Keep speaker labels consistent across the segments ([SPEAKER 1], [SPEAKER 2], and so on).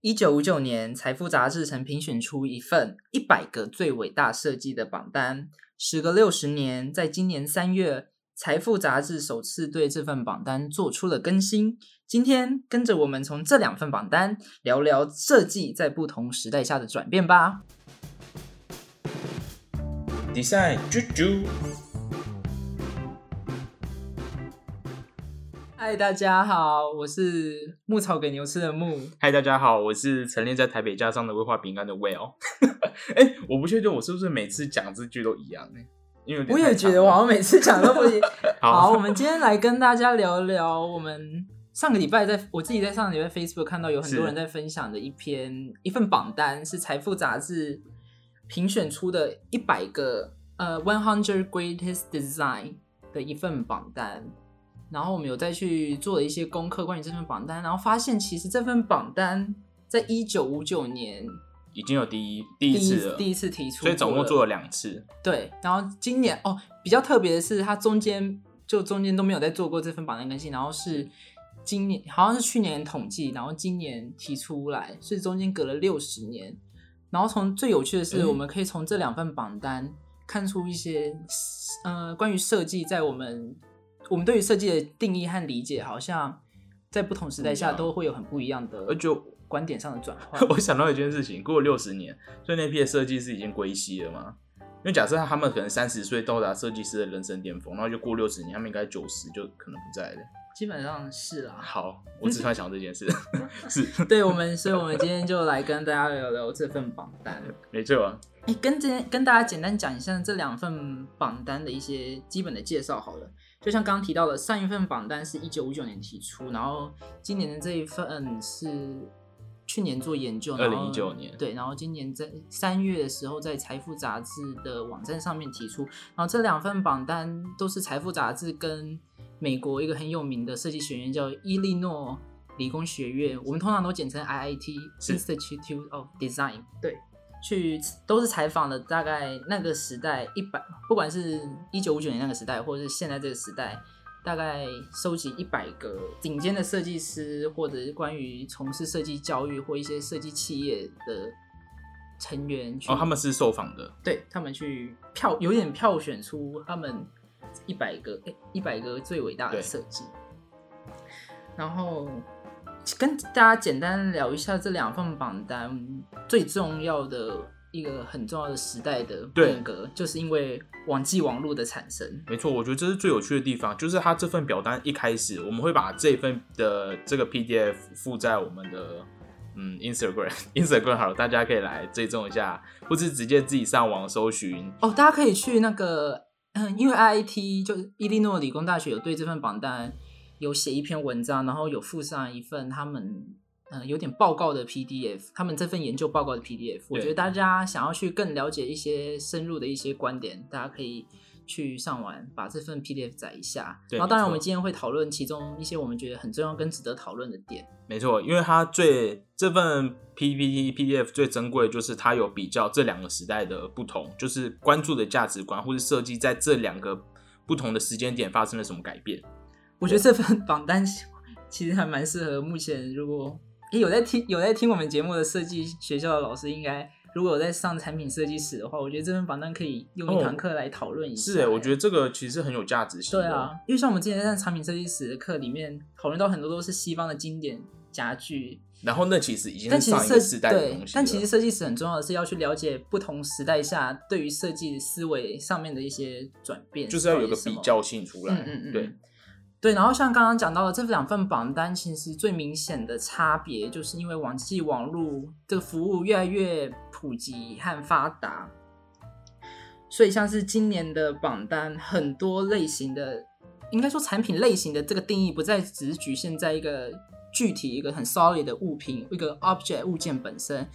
[SPEAKER 1] 一九五九年，《财富》杂志曾评选出一份一百个最伟大设计的榜单。时隔六十年，在今年三月，《财富》杂志首次对这份榜单做出了更新。今天，跟着我们从这两份榜单聊聊设计在不同时代下的转变吧。
[SPEAKER 2] Design 啾啾，
[SPEAKER 1] 嗨，大家好，我是牧草给牛吃的牧。
[SPEAKER 2] 嗨，大家好，我是陈列在台北架上的威化饼干的 Will。哎、 我不确定我是不是每次讲这句都一样呢、因为有点
[SPEAKER 1] 我
[SPEAKER 2] 太
[SPEAKER 1] 也
[SPEAKER 2] 长
[SPEAKER 1] 觉得我好像每次讲都不一
[SPEAKER 2] 好
[SPEAKER 1] 好，我们今天来跟大家聊聊我们上个礼拜在我自己在上个礼拜 Facebook 看到有很多
[SPEAKER 2] 是
[SPEAKER 1] 人在分享的一篇一份榜单，是财富杂志评选出的一百个呃 One Hundred Greatest Design 的一份榜单。然后我们有再去做了一些功课，关于这份榜单，然后发现其实这份榜单在一九五九年
[SPEAKER 2] 已经有第一
[SPEAKER 1] 第
[SPEAKER 2] 第一次了，
[SPEAKER 1] 第一次提出过了，
[SPEAKER 2] 所以总共做了两次。
[SPEAKER 1] 对，然后今年哦，比较特别的是，它中间就中间都没有再做过这份榜单更新，然后是今年好像是去年统计，然后今年提出来，所以中间隔了六十年。然后从最有趣的是，
[SPEAKER 2] 嗯
[SPEAKER 1] 我们可以从这两份榜单看出一些呃关于设计在我们我们对于设计的定义和理解，好像在不同时代下
[SPEAKER 2] 不一样
[SPEAKER 1] 都会有很不一样的
[SPEAKER 2] 而且我
[SPEAKER 1] 观点上的转换。
[SPEAKER 2] 呃 我想到一件事情，过了六十年，所以那批的设计师已经归西了嘛？因为假设他们可能三十岁到达设计师的人生巅峰，然后就过六十年，他们应该九十就可能不在了。
[SPEAKER 1] 基本上是啦、
[SPEAKER 2] 好，我只突然想到这件事， 是
[SPEAKER 1] 对我们，所以我们今天就来跟大家聊聊这份榜单。
[SPEAKER 2] 没错啊。
[SPEAKER 1] 哎，跟这跟大家简单讲一下这两份榜单的一些基本的介绍好了。就像刚刚提到的，上一份榜单是一九五九年提出，然后今年的这一份是去年做研究，然后
[SPEAKER 2] 2019年
[SPEAKER 1] 对，然后今年在三月的时候在《财富》杂志的网站上面提出，然后这两份榜单都是《财富》杂志跟美国一个很有名的设计学院叫伊利诺理工学院，我们通常都简称 IIT
[SPEAKER 2] 嗯是
[SPEAKER 1] Institute of Design，对，去都是采访了大概那个时代一百，不管是一九五九年那个时代，或者是现在这个时代，大概收集一百个顶尖的设计师，或者是关于从事设计教育或一些设计企业的成员去，
[SPEAKER 2] 哦，他们是受访的，
[SPEAKER 1] 对他们去票有点票选出他们一百个一百个最伟大的
[SPEAKER 2] 对
[SPEAKER 1] 设计。然后跟大家简单聊一下这两份榜单最重要的一个很重要的时代的变革，就是因为网际网络的产生。
[SPEAKER 2] 没错，我觉得这是最有趣的地方，就是它这份表单一开始，我们会把这份的这个 PDF 附在我们的嗯 Instagram Instagram 好了，大家可以来追踪一下，或是直接自己上网搜寻。
[SPEAKER 1] 哦，大家可以去那个，嗯，因为 IIT 就是伊利诺理工大学有对这份榜单有写一篇文章，然后有附上一份他们嗯有点报告的 PDF，他们这份研究报告的 PDF。我
[SPEAKER 2] 对
[SPEAKER 1] 觉得大家想要去更了解一些深入的一些观点，大家可以去上网把这份 PDF 载一下。
[SPEAKER 2] 对
[SPEAKER 1] 然后，当然我
[SPEAKER 2] 没错
[SPEAKER 1] 们今天会讨论其中一些我们觉得很重要跟值得讨论的点。
[SPEAKER 2] 没错，因为它最这份 PPT PDF 最珍贵，就是它有比较这两个时代的不同，就是关注的价值观或是设计在这两个不同的时间点发生了什么改变。
[SPEAKER 1] 我觉得这份 榜单其实还蛮适合目前如果诶有在听有在听我们节目的设计学校的老师，应该如果有在上产品设计史的话，我觉得这份榜单可以用一堂课来讨论一下、
[SPEAKER 2] 哦是哎、我觉得这个其实很有价值性
[SPEAKER 1] 对
[SPEAKER 2] 的。
[SPEAKER 1] 啊，因为像我们之前在产品设计史的课里面讨论到很多都是西方的经典家具，
[SPEAKER 2] 然后那其实已经
[SPEAKER 1] 但
[SPEAKER 2] 是
[SPEAKER 1] 其实
[SPEAKER 2] 上一
[SPEAKER 1] 设
[SPEAKER 2] 个时
[SPEAKER 1] 计
[SPEAKER 2] 代的东
[SPEAKER 1] 对
[SPEAKER 2] 西了，
[SPEAKER 1] 但其实设计史很重要的是要去了解不同时代下对于设计思维上面的一些转变，
[SPEAKER 2] 就是要有
[SPEAKER 1] 到
[SPEAKER 2] 个
[SPEAKER 1] 底是什
[SPEAKER 2] 比
[SPEAKER 1] 么
[SPEAKER 2] 较性出来。
[SPEAKER 1] 嗯嗯嗯，
[SPEAKER 2] 对，
[SPEAKER 1] 对。然后像刚刚讲到的这两份榜单，其实最明显的差别，就是因为网际网络这个服务越来越普及和发达，所以像是今年的榜单，很多类型的，应该说产品类型的这个定义，不再只是局限在一个具体一个很 solid 的物品，一个 object 物件本身。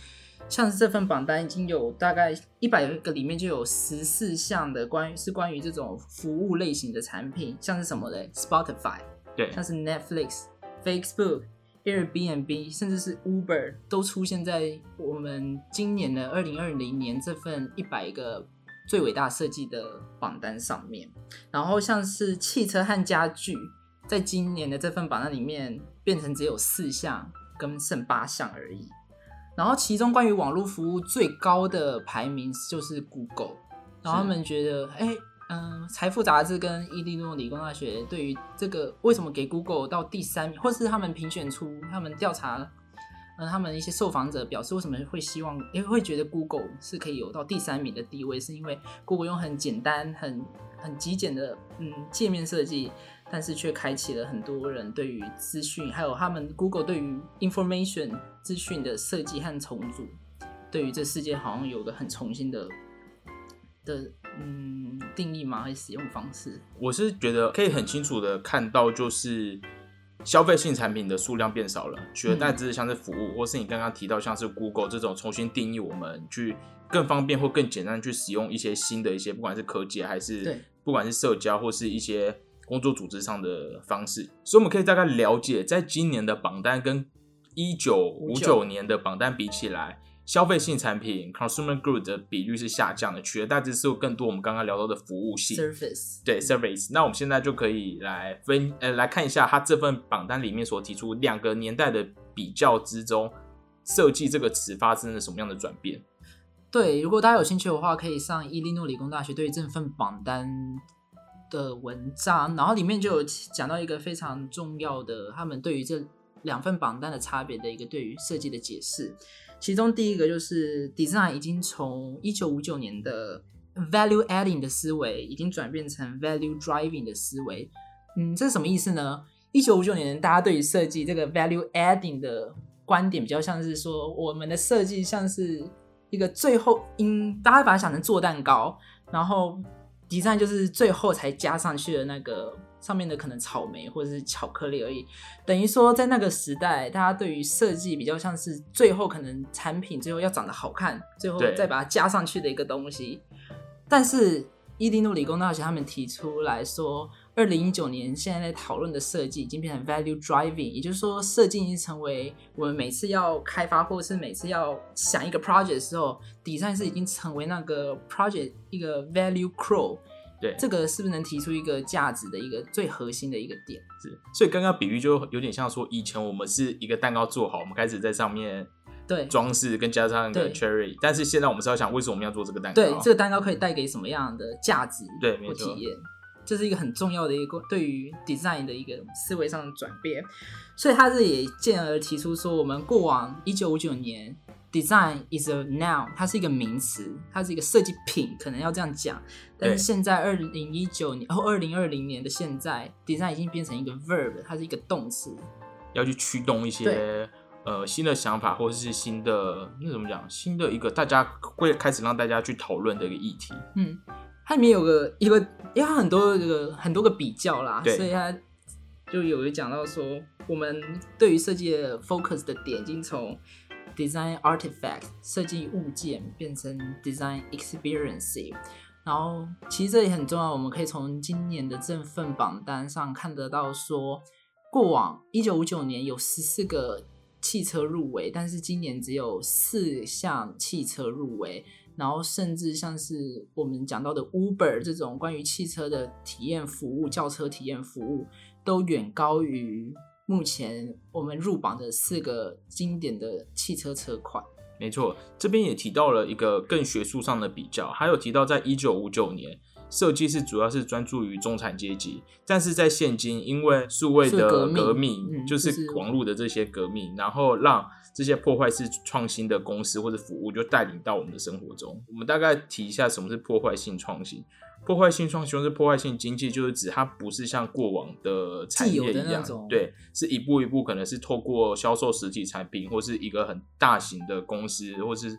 [SPEAKER 1] 像是这份榜单已经有大概一百个里面就有十四项的关于是关于这种服务类型的产品，像是什么嘞？Spotify，
[SPEAKER 2] 对，
[SPEAKER 1] 像是 Netflix、Facebook、Airbnb，甚至是 Uber 都出现在我们今年的二零二零年这份一百个最伟大设计的榜单上面。然后像是汽车和家具，在今年的这份榜单里面变成只有四项跟剩八项而已。然后其中关于网络服务最高的排名就是 Google，然后他们觉得，哎、嗯，财富杂志跟伊利诺理工大学对于这个为什么给 Google 到第三名，或是他们评选出他们调查，嗯，他们一些受访者表示为什么会希望，因为会觉得 Google 是可以有到第三名的地位，是因为 Google 用很简单、很很极简的嗯界面设计，但是却开启了很多人对于资讯，还有他们 Google 对于 information 资讯的设计和重组，对于这世界好像有个很重新的的嗯定义吗？还是使用方式？
[SPEAKER 2] 我是觉得可以很清楚的看到，就是消费性产品的数量变少了，取而代之的像是服务，或是你刚刚提到像是 Google 这种重新定义我们去更方便或更简单去使用一些新的一些，不管是科技啊还
[SPEAKER 1] 对
[SPEAKER 2] 是不管是社交或是一些工作组织上的方式，所以我们可以大概了解，在今年的榜单跟一九五九年的榜单比起来。消费性产品 （consumer good） 的比率是下降的，取而代之是有更多我们刚刚聊到的服务性。
[SPEAKER 1] Surface
[SPEAKER 2] 对 service。那我们现在就可以来分呃来看一下它这份榜单里面所提出两个年代的比较之中，设计这个词发生了什么样的转变？
[SPEAKER 1] 对，如果大家有兴趣的话，可以上伊利诺理工大学对这份榜单的文章，然后里面就有讲到一个非常重要的，他们对于这两份榜单的差别的一个对于设计的解释。其中第一个就是 design 已经从一九五九年的 value adding 的思维，已经转变成 value driving 的思维。嗯，这是什么意思呢？一九五九年，大家对于设计这个 value adding 的观点，比较像是说，我们的设计像是一个最后因，大家把它想成做蛋糕，然后 design 就是最后才加上去的那个上面的可能草莓或者是巧克力而已。等于说，在那个时代，大家对于设计比较像是最后可能产品最后要长得好看，最后
[SPEAKER 2] 对
[SPEAKER 1] 再把它加上去的一个东西。但是伊利诺理工大学他们提出来说，二零一九年现在在讨论的设计已经变成 value driving，也就是说，设计已经成为我们每次要开发或者是每次要想一个 project 的时候，design 是已经成为那个 project 一个 value crow。
[SPEAKER 2] 对，
[SPEAKER 1] 这个是不是能提出一个价值的一个最核心的一个点？
[SPEAKER 2] 是所以刚刚比喻就有点像说，以前我们是一个蛋糕做好，我们开始在上面
[SPEAKER 1] 对，
[SPEAKER 2] 装饰跟加上一个
[SPEAKER 1] 对
[SPEAKER 2] cherry，但是现在我们是要想为什么我们要做这个蛋糕？嗯
[SPEAKER 1] 对这个蛋糕可以带给什么样的价值
[SPEAKER 2] 对没
[SPEAKER 1] 或体
[SPEAKER 2] 错
[SPEAKER 1] 验，这是一个很重要的一个对于 design 的一个思维上的转变。所以他这也进而提出说，我们过往一九五九年，design is a noun，它是一个名词，它是一个设计品，可能要这样讲。但是
[SPEAKER 2] 对
[SPEAKER 1] 现在二零一九年，哦，二零二零年的现在，design 已经变成一个 verb，它是一个动词，
[SPEAKER 2] 要去驱动
[SPEAKER 1] 对
[SPEAKER 2] 一些呃新的想法，或者是新的那怎么讲，新的一个大家会开始让大家去讨论的一个议题。
[SPEAKER 1] 嗯，它里面有个一个，因为它很多个很多个比较啦，
[SPEAKER 2] 对
[SPEAKER 1] 所以它就有讲到说，我们对于设计的 focus 的点已经从 design artifact 设计物件变成 design experience。然后，其实这也很重要，我们可以从今年的这份榜单上看得到说，过往一九五九年有十四个汽车入围，但是今年只有四项汽车入围，然后甚至像是我们讲到的 Uber 这种关于汽车的体验服务、轿车体验服务，都远高于目前我们入榜的四个经典的汽车车款。
[SPEAKER 2] 没错，这边也提到了一个更学术上的比较，还有提到在一九五九年，设计师主要是专注于中产阶级，但是在现今，因为数位
[SPEAKER 1] 是
[SPEAKER 2] 的
[SPEAKER 1] 革
[SPEAKER 2] 革
[SPEAKER 1] 命
[SPEAKER 2] 命，
[SPEAKER 1] 嗯
[SPEAKER 2] 就
[SPEAKER 1] 就是
[SPEAKER 2] 是网络的这些革命，然后让这些破坏式创新的公司或者服务就带领到我们的生活中。我们大概提一下什么是破坏性创新。破坏性创新或是破坏性经济，就是指它不是像过往的产
[SPEAKER 1] 既有
[SPEAKER 2] 业
[SPEAKER 1] 的
[SPEAKER 2] 一
[SPEAKER 1] 那
[SPEAKER 2] 样
[SPEAKER 1] 种，
[SPEAKER 2] 对，是一步一步，可能是透过销售实体产品，或是一个很大型的公司，或是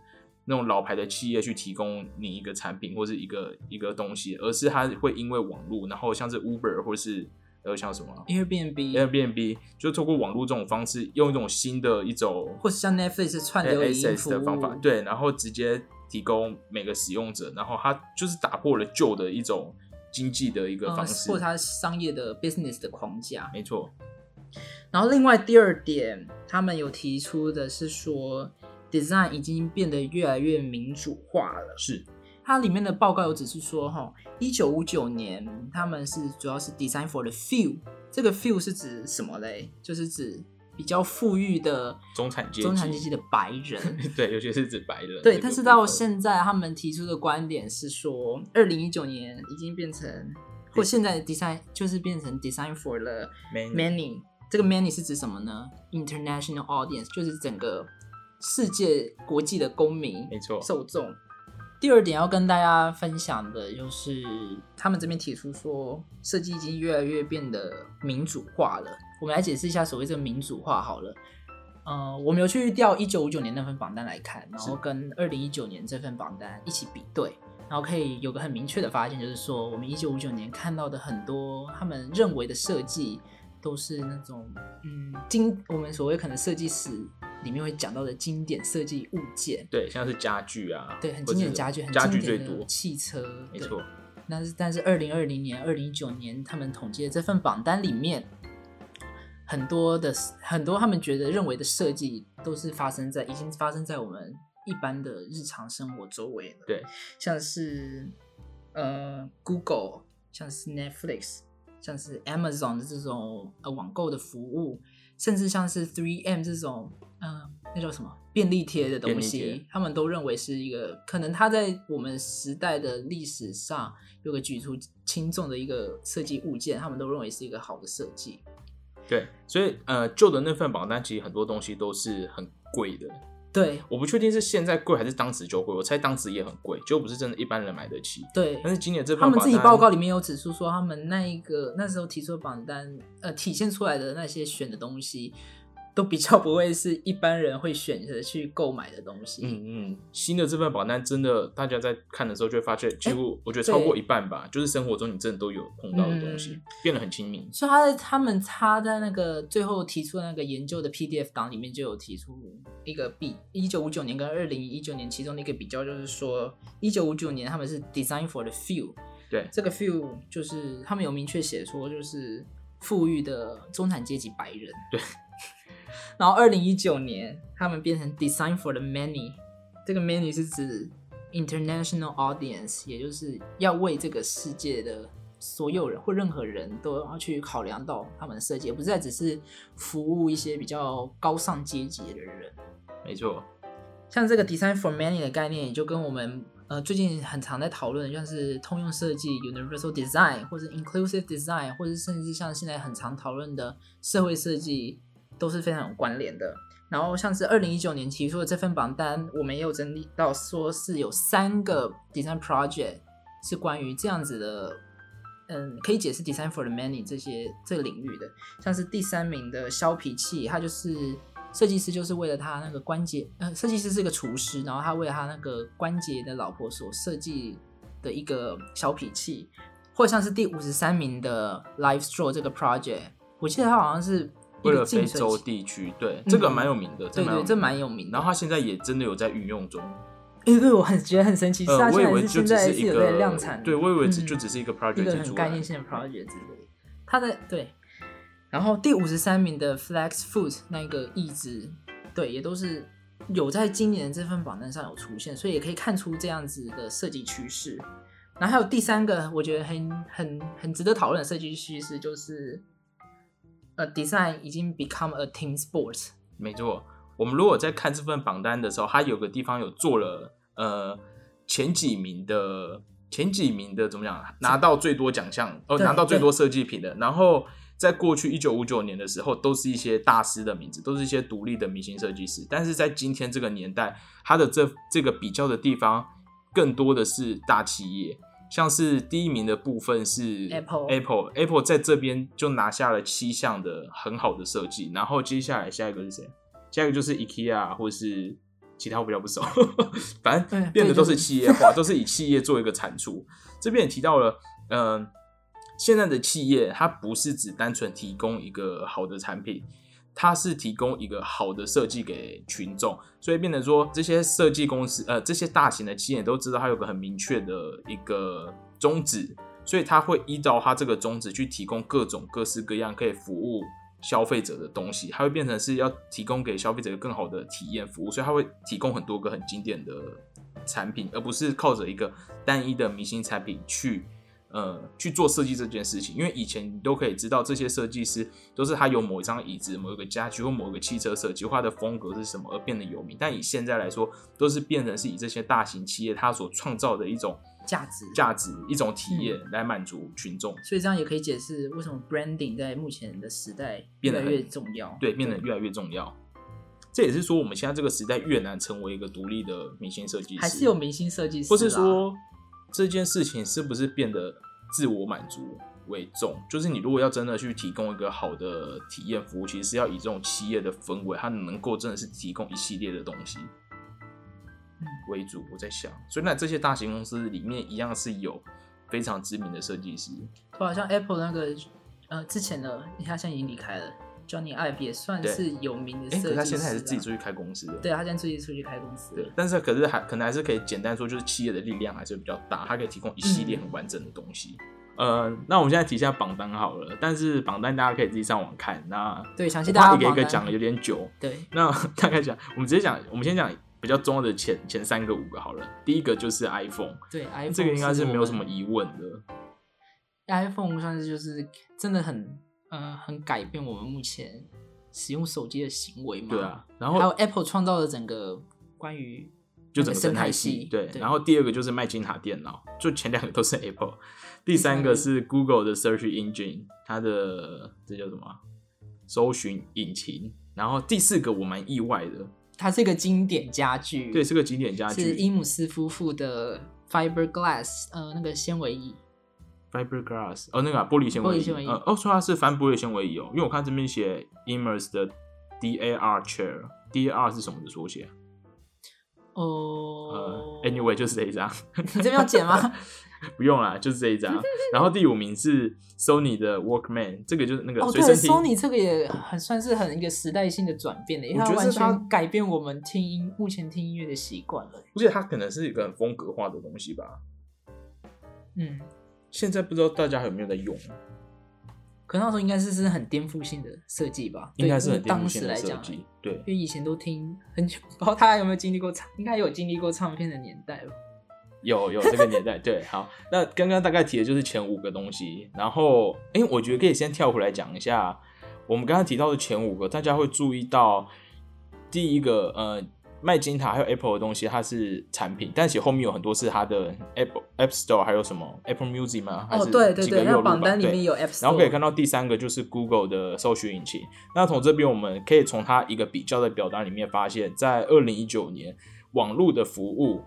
[SPEAKER 2] 那种老牌的企业去提供你一个产品或是一个一个东西，而是它会因为网络，然后像是 Uber 或是呃像什么
[SPEAKER 1] Airbnb
[SPEAKER 2] Airbnb，就透过网络这种方式，用一种新的一种
[SPEAKER 1] 或是像 Netflix
[SPEAKER 2] 哎
[SPEAKER 1] 串流影音
[SPEAKER 2] ASS
[SPEAKER 1] 服
[SPEAKER 2] 的方法，
[SPEAKER 1] 务，
[SPEAKER 2] 对，然后直接提供每个使用者，然后它就是打破了旧的一种经济的一个
[SPEAKER 1] 呃
[SPEAKER 2] 方式，
[SPEAKER 1] 或它商业的 business 的框架。
[SPEAKER 2] 没错，
[SPEAKER 1] 然后另外第二点，他们有提出的是说，design 已经变得越来越民主化了。
[SPEAKER 2] 是
[SPEAKER 1] 它里面的报告有指出说，哈，一九五九年他们是主要是 design for the few，这个 few 是指什么嘞？就是指比较富裕的
[SPEAKER 2] 中产阶级，
[SPEAKER 1] 中产阶级的白人。
[SPEAKER 2] 对，尤其是指白人。
[SPEAKER 1] 对，但是到现在，他们提出的观点是说，二零一九年已经变成，或现在的 design 就是变成 design for the
[SPEAKER 2] man
[SPEAKER 1] many。这个 many 是指什么呢？International audience 就是整个世界国际的公民
[SPEAKER 2] 没错，
[SPEAKER 1] 受众。第二点要跟大家分享的就是，他们这边提出说，设计已经越来越变得民主化了。我们来解释一下所谓这个民主化好了。呃，我们有去调一九五九年那份榜单来看，然后
[SPEAKER 2] 是
[SPEAKER 1] 跟二零一九年这份榜单一起比对，然后可以有个很明确的发现，就是说我们一九五九年看到的很多他们认为的设计，都是那种嗯经我们所谓可能设计史里面会讲到的经典设计物件，
[SPEAKER 2] 对，像是家具啊，
[SPEAKER 1] 对，很
[SPEAKER 2] 或
[SPEAKER 1] 经典的
[SPEAKER 2] 者
[SPEAKER 1] 家具，很
[SPEAKER 2] 家
[SPEAKER 1] 经
[SPEAKER 2] 具
[SPEAKER 1] 典
[SPEAKER 2] 最
[SPEAKER 1] 的
[SPEAKER 2] 多，
[SPEAKER 1] 汽车，
[SPEAKER 2] 没
[SPEAKER 1] 对
[SPEAKER 2] 错，
[SPEAKER 1] 但是但是二零二零年、二零一九年他们统计的这份榜单里面，很多的很多他们觉得认为的设计都是发生在已经发生在我们一般的日常生活周围了，
[SPEAKER 2] 对，
[SPEAKER 1] 像是呃 Google，像是 Netflix，像是 Amazon 的这种呃网购的服务，甚至像是 3M 这种呃那叫什么便利贴的东
[SPEAKER 2] 便利
[SPEAKER 1] 西，他们都认为是一个可能它在我们时代的历史上有个举足轻重的一个设计物件，他们都认为是一个好的设计。
[SPEAKER 2] 对，所以呃，旧的那份榜单其实很多东西都是很贵的，
[SPEAKER 1] 对
[SPEAKER 2] 我不确定是现在贵还是当时就贵，我猜当时也很贵，就不是真的一般人买得起。
[SPEAKER 1] 对，
[SPEAKER 2] 但是今年这份
[SPEAKER 1] 他们
[SPEAKER 2] 榜
[SPEAKER 1] 自己
[SPEAKER 2] 单
[SPEAKER 1] 报告里面有指出说，他们那一个那时候提出的榜单，呃，体现出来的那些选的东西，都比较不会是一般人会选择去购买的东西。
[SPEAKER 2] 嗯嗯，新的这份榜单真的，大家在看的时候就会发现，几乎我觉得
[SPEAKER 1] 哎对
[SPEAKER 2] 超过一半吧，就是生活中你真的都有碰到的东西，
[SPEAKER 1] 嗯
[SPEAKER 2] 变得很亲民。
[SPEAKER 1] 所以他在他们他在那个最后提出的那个研究的 PDF 档里面就有提出一个比一九五九年跟二零一九年其中的一个比较，就是说一九五九年他们是 design for the few，
[SPEAKER 2] 对，
[SPEAKER 1] 这个 few 就是他们有明确写说就是富裕的中产阶级白人，
[SPEAKER 2] 对。
[SPEAKER 1] 然后二零一九年他们变成 design for the many，这个 many 是指 international audience，也就是要为这个世界的所有人或任何人都要去考量到他们的设计，而不是再只是服务一些比较高尚阶级的人。
[SPEAKER 2] 没错，
[SPEAKER 1] 像这个 design for many 的概念，也就跟我们呃最近很常在讨论的，像是通用设计 （universal design） 或者 inclusive design，或者甚至像现在很常讨论的社会设计，都是非常有关联的。然后像是二零一九年提出的这份榜单，我们也有整理到，说是有三个 design project 是关于这样子的，嗯，可以解释 design for the many 这些这个领域的。像是第三名的削皮器，他就是设计师，就是为了他那个关节，呃，设计师是一个厨师，然后他为了他那个关节的老婆所设计的一个削皮器，或者像是第五十三名的 Live Straw 这个 project，我记得他好像是一
[SPEAKER 2] 为
[SPEAKER 1] 个
[SPEAKER 2] 了
[SPEAKER 1] 竞
[SPEAKER 2] 非
[SPEAKER 1] 选
[SPEAKER 2] 洲
[SPEAKER 1] 期，
[SPEAKER 2] 地区，对，这个蛮有名的，
[SPEAKER 1] 对
[SPEAKER 2] 蛮
[SPEAKER 1] 对，
[SPEAKER 2] 有名
[SPEAKER 1] 这
[SPEAKER 2] 的
[SPEAKER 1] 蛮有名的。
[SPEAKER 2] 然后它现在也真的有在运用中，
[SPEAKER 1] 诶对，我很觉得很神奇，是
[SPEAKER 2] 呃，
[SPEAKER 1] 它
[SPEAKER 2] 我
[SPEAKER 1] 现
[SPEAKER 2] 以
[SPEAKER 1] 在
[SPEAKER 2] 为
[SPEAKER 1] 是
[SPEAKER 2] 就
[SPEAKER 1] 现
[SPEAKER 2] 只
[SPEAKER 1] 在
[SPEAKER 2] 是
[SPEAKER 1] 是
[SPEAKER 2] 一
[SPEAKER 1] 有在
[SPEAKER 2] 个
[SPEAKER 1] 量产的，
[SPEAKER 2] 对，我以为只
[SPEAKER 1] 嗯
[SPEAKER 2] 就只是一个
[SPEAKER 1] 一
[SPEAKER 2] project
[SPEAKER 1] 个
[SPEAKER 2] 提
[SPEAKER 1] 很
[SPEAKER 2] 出
[SPEAKER 1] 概
[SPEAKER 2] 来
[SPEAKER 1] 念性的 project 之类的。它的对，然后第五十三名的 Flex Foot 那个意志，对，也都是有在今年这份榜单上有出现，所以也可以看出这样子的设计趋势。然后还有第三个，我觉得很很很值得讨论的设计趋势就是，呃，design 已经 become a team sport。
[SPEAKER 2] 没错，我们如果在看这份榜单的时候，它有个地方有做了呃前几名的前几名的怎么讲，拿到最多奖项，哦，
[SPEAKER 1] 对
[SPEAKER 2] 拿到最多设计品的。然后在过去一九五九年的时候，都是一些大师的名字，都是一些独立的明星设计师。但是在今天这个年代，它的这这个比较的地方，更多的是大企业。像是第一名的部分是
[SPEAKER 1] Apple
[SPEAKER 2] Apple Apple 在这边就拿下了七项的很好的设计，然后接下来下一个是谁？下一个就是 IKEA 啊或是其他我比较不熟，反
[SPEAKER 1] 嗯
[SPEAKER 2] 正变得都
[SPEAKER 1] 对
[SPEAKER 2] 是
[SPEAKER 1] 就是
[SPEAKER 2] 企业化，都是以企业做一个产出。这边也提到了，嗯、现在的企业它不是只单纯提供一个好的产品，它是提供一个好的设计给群众，所以变得说这些设计公司，呃，这些大型的企业都知道它有个很明确的一个宗旨，所以它会依照它这个宗旨去提供各种各式各样可以服务消费者的东西，它会变成是要提供给消费者更好的体验服务，所以它会提供很多个很经典的产品，而不是靠着一个单一的明星产品去呃去做设计这件事情，因为以前你都可以知道这些设计师都是他有某一张椅子、某一个家具或某一个汽车设计，或他的风格是什么而变得有名。但以现在来说，都是变成是以这些大型企业它所创造的一种
[SPEAKER 1] 价值嗯
[SPEAKER 2] 价值、一种体验来满足群众，
[SPEAKER 1] 所以这样也可以解释为什么 branding 在目前的时代越
[SPEAKER 2] 变得
[SPEAKER 1] 来
[SPEAKER 2] 很
[SPEAKER 1] 越重要。
[SPEAKER 2] 对，变得越来越重要。这也是说，我们现在这个时代越难成为一个独立的明星设计师，
[SPEAKER 1] 还是有明星设计师，
[SPEAKER 2] 或是，说这件事情是不是变得自我满足为重？就是你如果要真的去提供一个好的体验服务，其实是要以这种企业的氛围，它能够真的是提供一系列的东西
[SPEAKER 1] 嗯
[SPEAKER 2] 为主。我在想，所以那这些大型公司里面一样是有非常知名的设计师，
[SPEAKER 1] 就好像 Apple 那个呃之前的，他现在已经离开了，Johnny Ive 也算
[SPEAKER 2] 对
[SPEAKER 1] 是有名的
[SPEAKER 2] 哎、
[SPEAKER 1] 设计师、啊
[SPEAKER 2] 可是他现在还是自己出去开公司的。
[SPEAKER 1] 对他现在自己出去开公司
[SPEAKER 2] 对
[SPEAKER 1] 了，，
[SPEAKER 2] 但是可是还可能还是可以简单说，就是企业的力量还是比较大，它可以提供一系列很完整的东西。呃，那我们现在提一下榜单好了，但是榜单大家可以自己上网看。那
[SPEAKER 1] 对，详细
[SPEAKER 2] 我
[SPEAKER 1] 大家
[SPEAKER 2] 怕一个一个
[SPEAKER 1] 榜单
[SPEAKER 2] 讲的有点久，
[SPEAKER 1] 对，
[SPEAKER 2] 那大概讲，我们直接讲，我们先讲比较重要的前前三个五个好了。第一个就是 iPhone，
[SPEAKER 1] 对，iPhone
[SPEAKER 2] 这个应该是没有什么
[SPEAKER 1] 我们
[SPEAKER 2] 疑问的。
[SPEAKER 1] iPhone 算是就是真的很呃很改变我们目前使用手机的行为嘛。
[SPEAKER 2] 对啊，，然
[SPEAKER 1] 还有
[SPEAKER 2] 后
[SPEAKER 1] Apple 创造了整个关于
[SPEAKER 2] 就
[SPEAKER 1] 那
[SPEAKER 2] 整
[SPEAKER 1] 个
[SPEAKER 2] 个
[SPEAKER 1] 生
[SPEAKER 2] 生
[SPEAKER 1] 态
[SPEAKER 2] 态
[SPEAKER 1] 系
[SPEAKER 2] 系，对。
[SPEAKER 1] 对
[SPEAKER 2] 然后第二个就是麦金塔电脑，就前两个都是 Apple，第三个是 Google 的 Search Engine，它的这叫什么啊搜寻引擎。然后第四个我蛮意外的，
[SPEAKER 1] 它是一个经典家具，
[SPEAKER 2] 对，是个景点家
[SPEAKER 1] 是
[SPEAKER 2] 具
[SPEAKER 1] 伊姆斯夫妇的 fiberglass，呃，那个纤维椅。
[SPEAKER 2] ，fiberglass，哦，那个啊、玻璃纤维
[SPEAKER 1] 玻璃纤维
[SPEAKER 2] 椅，
[SPEAKER 1] 椅
[SPEAKER 2] 呃，哦，说它是帆玻璃纤维椅哦，因为我看这边写 Immers 的 D A R chair，D A R 是什么的缩写啊？
[SPEAKER 1] 哦
[SPEAKER 2] 呃、、a n y w a y 就是这一张。
[SPEAKER 1] 你这边要剪吗？
[SPEAKER 2] 不用啦，就是这一张。然后第五名是 Sony 的 Walkman，这个就是那个
[SPEAKER 1] 哦，
[SPEAKER 2] 随
[SPEAKER 1] 对
[SPEAKER 2] 身听。
[SPEAKER 1] ，Sony 这个也很算是很一个时代性的转变的，因为
[SPEAKER 2] 我
[SPEAKER 1] 它
[SPEAKER 2] 觉得
[SPEAKER 1] 完
[SPEAKER 2] 是它
[SPEAKER 1] 全改变我们听音目前听音乐的习惯了。
[SPEAKER 2] 我觉得它可能是一个很风格化的东西吧。
[SPEAKER 1] 嗯，
[SPEAKER 2] 现在不知道大家有没有在用，
[SPEAKER 1] 可那时候应该是是很颠覆性的设计吧？
[SPEAKER 2] 应该是很
[SPEAKER 1] 对
[SPEAKER 2] 颠覆
[SPEAKER 1] 当
[SPEAKER 2] 性
[SPEAKER 1] 时
[SPEAKER 2] 的
[SPEAKER 1] 来
[SPEAKER 2] 设
[SPEAKER 1] 讲，
[SPEAKER 2] 计。对，
[SPEAKER 1] 因为以前都听很久，不知道大家有没有经历过唱，应该有经历过唱片的年代吧？
[SPEAKER 2] 有有这个年代。对，好，那刚刚大概提的就是前五个东西。然后，哎、我觉得可以先跳回来讲一下，我们刚刚提到的前五个，大家会注意到第一个，呃。麦金塔还有 Apple 的东西，它是产品，但其实后面有很多是它的 Apple App Store，还有什么 Apple Music 吗？还
[SPEAKER 1] 哦，
[SPEAKER 2] 是
[SPEAKER 1] 对对
[SPEAKER 2] 几个
[SPEAKER 1] 对，
[SPEAKER 2] 右
[SPEAKER 1] 那
[SPEAKER 2] 路吧
[SPEAKER 1] 榜单里
[SPEAKER 2] 对
[SPEAKER 1] 面有 App Store，
[SPEAKER 2] 然后可以看到第三个就是 Google 的搜寻引擎。那从这边我们可以从它一个比较的表单里面发现，在二零一九年，网络的服务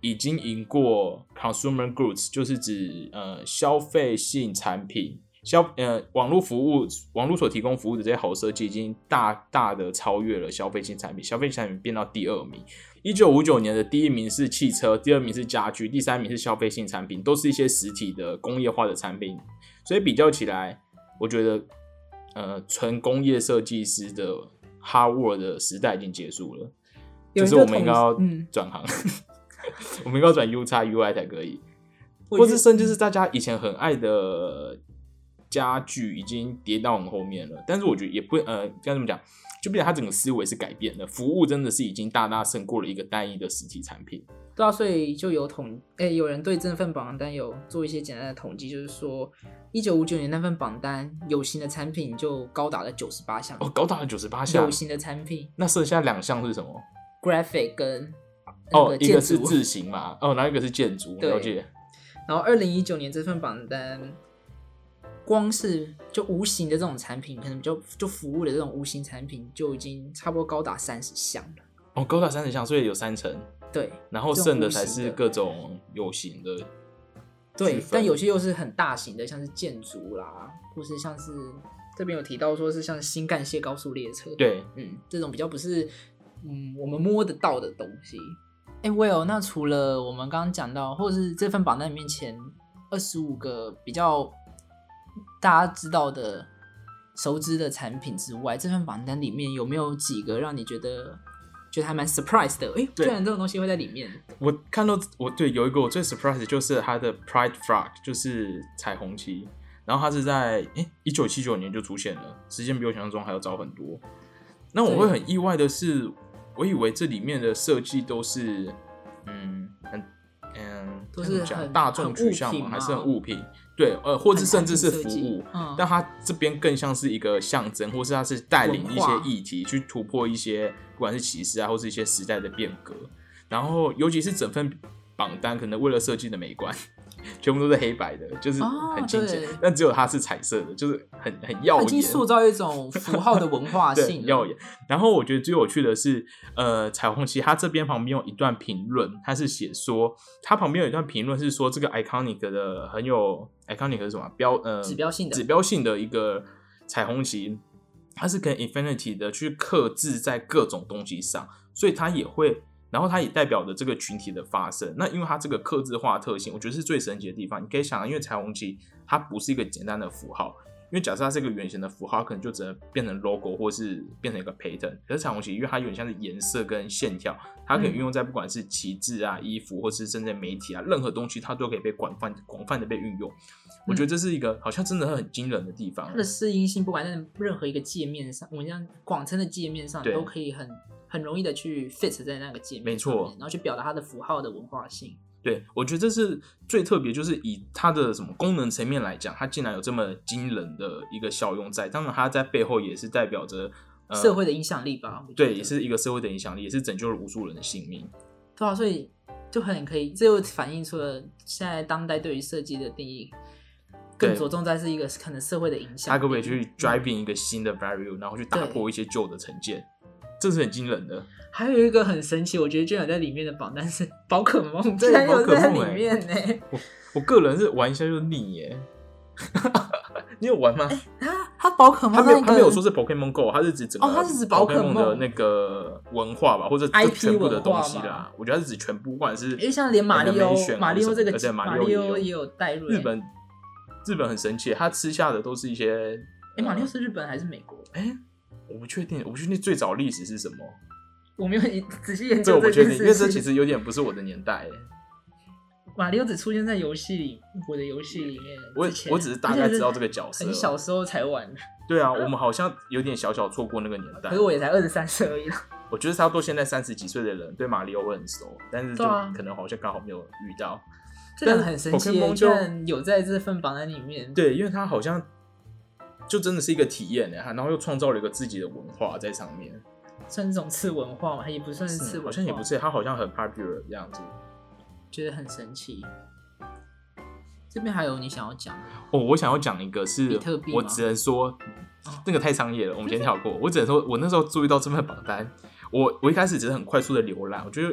[SPEAKER 2] 已经赢过 consumer goods，就是指呃消费性产品。消呃，网络服务，网络所提供服务的这些好设计已经大大的超越了消费性产品，消费性产品变到第二名。一九五九年的第一名是汽车，第二名是家居，第三名是消费性产品，都是一些实体的工业化的产品。所以比较起来，我觉得，呃，纯工业设计师的 hard work 的时代已经结束了，
[SPEAKER 1] 有人
[SPEAKER 2] 就是
[SPEAKER 1] 就
[SPEAKER 2] 我们应该要
[SPEAKER 1] 统嗯
[SPEAKER 2] 转行， 我们应该要转 U 叉 UI 才可以，
[SPEAKER 1] 我
[SPEAKER 2] 或
[SPEAKER 1] 觉
[SPEAKER 2] 是
[SPEAKER 1] 得
[SPEAKER 2] 甚至是大家以前很爱的家具已经跌到很后面了。但是我觉得也不呃，该怎么讲，就变成他整个思维是改变的，服务真的是已经大大胜过了一个单一的实体产品。
[SPEAKER 1] 对啊，所以就有统，哎、有人对这份榜单有做一些简单的统计，就是说，一九五九年那份榜单有形的产品就高达了九十八项，
[SPEAKER 2] 哦，高达了九十八项
[SPEAKER 1] 有，形的产品
[SPEAKER 2] 那剩下两项是什么？
[SPEAKER 1] graphic 跟那
[SPEAKER 2] 哦
[SPEAKER 1] 个，
[SPEAKER 2] 一个
[SPEAKER 1] 建
[SPEAKER 2] 是
[SPEAKER 1] 筑。
[SPEAKER 2] 字形嘛，哦，然后一个是建筑，
[SPEAKER 1] 对
[SPEAKER 2] 了解。
[SPEAKER 1] 然后二零一九年这份榜单，光是就无形的这种产品，可能就就服务的这种无形产品就已经差不多高达三十项了。
[SPEAKER 2] 哦，高达三十项，所以有三层，
[SPEAKER 1] 对
[SPEAKER 2] 然后
[SPEAKER 1] 这种
[SPEAKER 2] 剩的
[SPEAKER 1] 无
[SPEAKER 2] 才
[SPEAKER 1] 形
[SPEAKER 2] 是
[SPEAKER 1] 的
[SPEAKER 2] 各种有形的。
[SPEAKER 1] 对
[SPEAKER 2] 区，分
[SPEAKER 1] 但有些又是很大型的，像是建筑啦，或是像是这边有提到说是像新干线高速列车。
[SPEAKER 2] 对，
[SPEAKER 1] 嗯，这种比较不是嗯我们摸得到的东西。哎、w i l l 那除了我们刚刚讲到，或者是这份榜单里面前二十五个比较大家知道的、熟知的产品之外，这份榜单里面有没有几个让你觉得觉得还蛮 surprise 的？哎、居
[SPEAKER 2] 对
[SPEAKER 1] 然这种东西会在里面。
[SPEAKER 2] 我看到我对有一个我最 surprise 的就是它的 Pride Flag，就是彩虹旗，然后它是在诶一九七九年就出现了，时间比我想象中还要早很多。那我
[SPEAKER 1] 对
[SPEAKER 2] 会很意外的是，我以为这里面的设计都是嗯很嗯
[SPEAKER 1] 都是
[SPEAKER 2] 怎么讲
[SPEAKER 1] 很
[SPEAKER 2] 大众取向
[SPEAKER 1] 很物
[SPEAKER 2] 嘛，
[SPEAKER 1] 品
[SPEAKER 2] 还是
[SPEAKER 1] 吗
[SPEAKER 2] 很物品？对，呃，或
[SPEAKER 1] 很
[SPEAKER 2] 是
[SPEAKER 1] 产
[SPEAKER 2] 甚
[SPEAKER 1] 品
[SPEAKER 2] 至是
[SPEAKER 1] 设
[SPEAKER 2] 服
[SPEAKER 1] 计
[SPEAKER 2] 务，
[SPEAKER 1] 嗯
[SPEAKER 2] 但它这边更像是一个象征，或是它是带领
[SPEAKER 1] 文
[SPEAKER 2] 一
[SPEAKER 1] 化
[SPEAKER 2] 些议题去突破一些不管是歧视啊，或是一些时代的变革。然后，尤其是整份榜单，可能为了设计的美观， 全部都是黑白的，就是
[SPEAKER 1] 哦
[SPEAKER 2] 很精简
[SPEAKER 1] 对，
[SPEAKER 2] 但只有它是彩色的，就是很很耀
[SPEAKER 1] 它已经
[SPEAKER 2] 眼，
[SPEAKER 1] 塑造一种符号的文化
[SPEAKER 2] 对，
[SPEAKER 1] 性
[SPEAKER 2] 很
[SPEAKER 1] 了
[SPEAKER 2] 耀眼。然后我觉得最有趣的是，呃，彩虹旗它这边旁边有一段评论，它是写说，它旁边有一段评论是说这个 iconic 的很有 iconic 是什么啊标呃
[SPEAKER 1] 指标性的
[SPEAKER 2] 指标性的一个彩虹旗，它是跟 infinity 的去刻制在各种东西上，所以它也会。然后它也代表着这个群体的发生。那因为它这个刻字化特性，我觉得是最神奇的地方。你可以想啊，因为彩虹旗它不是一个简单的符号，因为假设它是一个圆形的符号，它可能就只能变成 logo 或是变成一个 pattern。可是彩虹旗，因为它有点像是颜色跟线条，它可以
[SPEAKER 1] 嗯
[SPEAKER 2] 运用在不管是旗帜啊、衣服，或是甚至媒体啊，任何东西它都可以被广泛广泛的被运用。我觉得这是一个好像真的很惊人的地方
[SPEAKER 1] 它。的适应性，不管在任何一个界面上，我们像广称的界面上，
[SPEAKER 2] 对
[SPEAKER 1] 都可以很很容易的去 fit 在那个界面，
[SPEAKER 2] 没错，
[SPEAKER 1] 然后去表达它的符号的文化性。
[SPEAKER 2] 对，我觉得这是最特别，就是以它的什么功能层面来讲，它竟然有这么惊人的一个效用在。当然，它在背后也是代表着、呃、
[SPEAKER 1] 社会的影响力吧，我觉
[SPEAKER 2] 对，
[SPEAKER 1] 得
[SPEAKER 2] 也是一个社会的影响力，也是拯救了无数人的性命。
[SPEAKER 1] 对啊，所以就很可以，这又反映出了现在当代对于设计的定义，更
[SPEAKER 2] 对
[SPEAKER 1] 着重在是一个可能社会的影响
[SPEAKER 2] 它
[SPEAKER 1] 力。
[SPEAKER 2] 可不可以去 driving 一个新的 value，然后去
[SPEAKER 1] 嗯
[SPEAKER 2] 打
[SPEAKER 1] 对
[SPEAKER 2] 破一些旧的成见？这是很惊人的。
[SPEAKER 1] 还有一个很神奇，我觉得居然有在里面的榜单是宝可梦，
[SPEAKER 2] 对
[SPEAKER 1] 居然有
[SPEAKER 2] 宝可
[SPEAKER 1] 在
[SPEAKER 2] 梦
[SPEAKER 1] 里
[SPEAKER 2] 欸
[SPEAKER 1] 面呢、
[SPEAKER 2] 我个人是玩一下就腻耶。 你有玩吗？
[SPEAKER 1] 啊，它宝可
[SPEAKER 2] 他
[SPEAKER 1] 梦
[SPEAKER 2] 没
[SPEAKER 1] 那
[SPEAKER 2] 有，
[SPEAKER 1] 个
[SPEAKER 2] 他没有说是 Pokemon Go，他是指整个
[SPEAKER 1] 哦它是指宝
[SPEAKER 2] 宝
[SPEAKER 1] 可
[SPEAKER 2] 可梦的
[SPEAKER 1] 梦
[SPEAKER 2] 那个文化吧，或者
[SPEAKER 1] IP
[SPEAKER 2] 全部的东西
[SPEAKER 1] 文化
[SPEAKER 2] 啦
[SPEAKER 1] 嘛。
[SPEAKER 2] 我觉得它是指全部，不管是
[SPEAKER 1] 因为像连马里奥
[SPEAKER 2] animation 或者什么，
[SPEAKER 1] 马里奥这个
[SPEAKER 2] 而且
[SPEAKER 1] 马
[SPEAKER 2] 马
[SPEAKER 1] 里
[SPEAKER 2] 里
[SPEAKER 1] 奥
[SPEAKER 2] 奥
[SPEAKER 1] 也有带入
[SPEAKER 2] 日本，日本很神奇，他吃下的都是一些
[SPEAKER 1] 哎，马里奥
[SPEAKER 2] 呃
[SPEAKER 1] 是日本还是美国？
[SPEAKER 2] 哎，我不确定，我不确定最早历史是什么，
[SPEAKER 1] 我没有仔细研
[SPEAKER 2] 这我
[SPEAKER 1] 究
[SPEAKER 2] 不确
[SPEAKER 1] 件
[SPEAKER 2] 定，因为
[SPEAKER 1] 事
[SPEAKER 2] 这其
[SPEAKER 1] 情。
[SPEAKER 2] 实有点不是我的年代耶。
[SPEAKER 1] 马里奥只出现在游戏里，我的游戏里面。
[SPEAKER 2] 我
[SPEAKER 1] 之前
[SPEAKER 2] 我只是大概知道这
[SPEAKER 1] 个，
[SPEAKER 2] 个角色，
[SPEAKER 1] 很小时候才玩，
[SPEAKER 2] 对啊，我们好像有点小小错过那个年代
[SPEAKER 1] 可是。我也才二十三岁而已 啦。
[SPEAKER 2] 我觉得差不多现在三十几岁的人对马里奥会很熟，但是就
[SPEAKER 1] 对啊
[SPEAKER 2] 可能好像刚好没有遇到。
[SPEAKER 1] 这个很神奇耶，
[SPEAKER 2] Pokemon
[SPEAKER 1] 居
[SPEAKER 2] 就
[SPEAKER 1] 然有在这份榜单里面。
[SPEAKER 2] 对，因为它好像就真的是一个体验呢，欸然后又创造了一个自己的文化在上面，嗯
[SPEAKER 1] 算是一种次文化嘛，也不算是次文化，
[SPEAKER 2] 好像也不，是，它好像很 popular 这样子。
[SPEAKER 1] 觉得很神奇。这边还有你想要讲的吗？
[SPEAKER 2] 哦，我想要讲一个
[SPEAKER 1] 比
[SPEAKER 2] 是
[SPEAKER 1] 特币，
[SPEAKER 2] 我
[SPEAKER 1] 吗
[SPEAKER 2] 只能说
[SPEAKER 1] 哦
[SPEAKER 2] 那个太商业了，我们先跳过。我只能说，我那时候注意到这份榜单，我我一开始只是很快速的浏览，我觉得。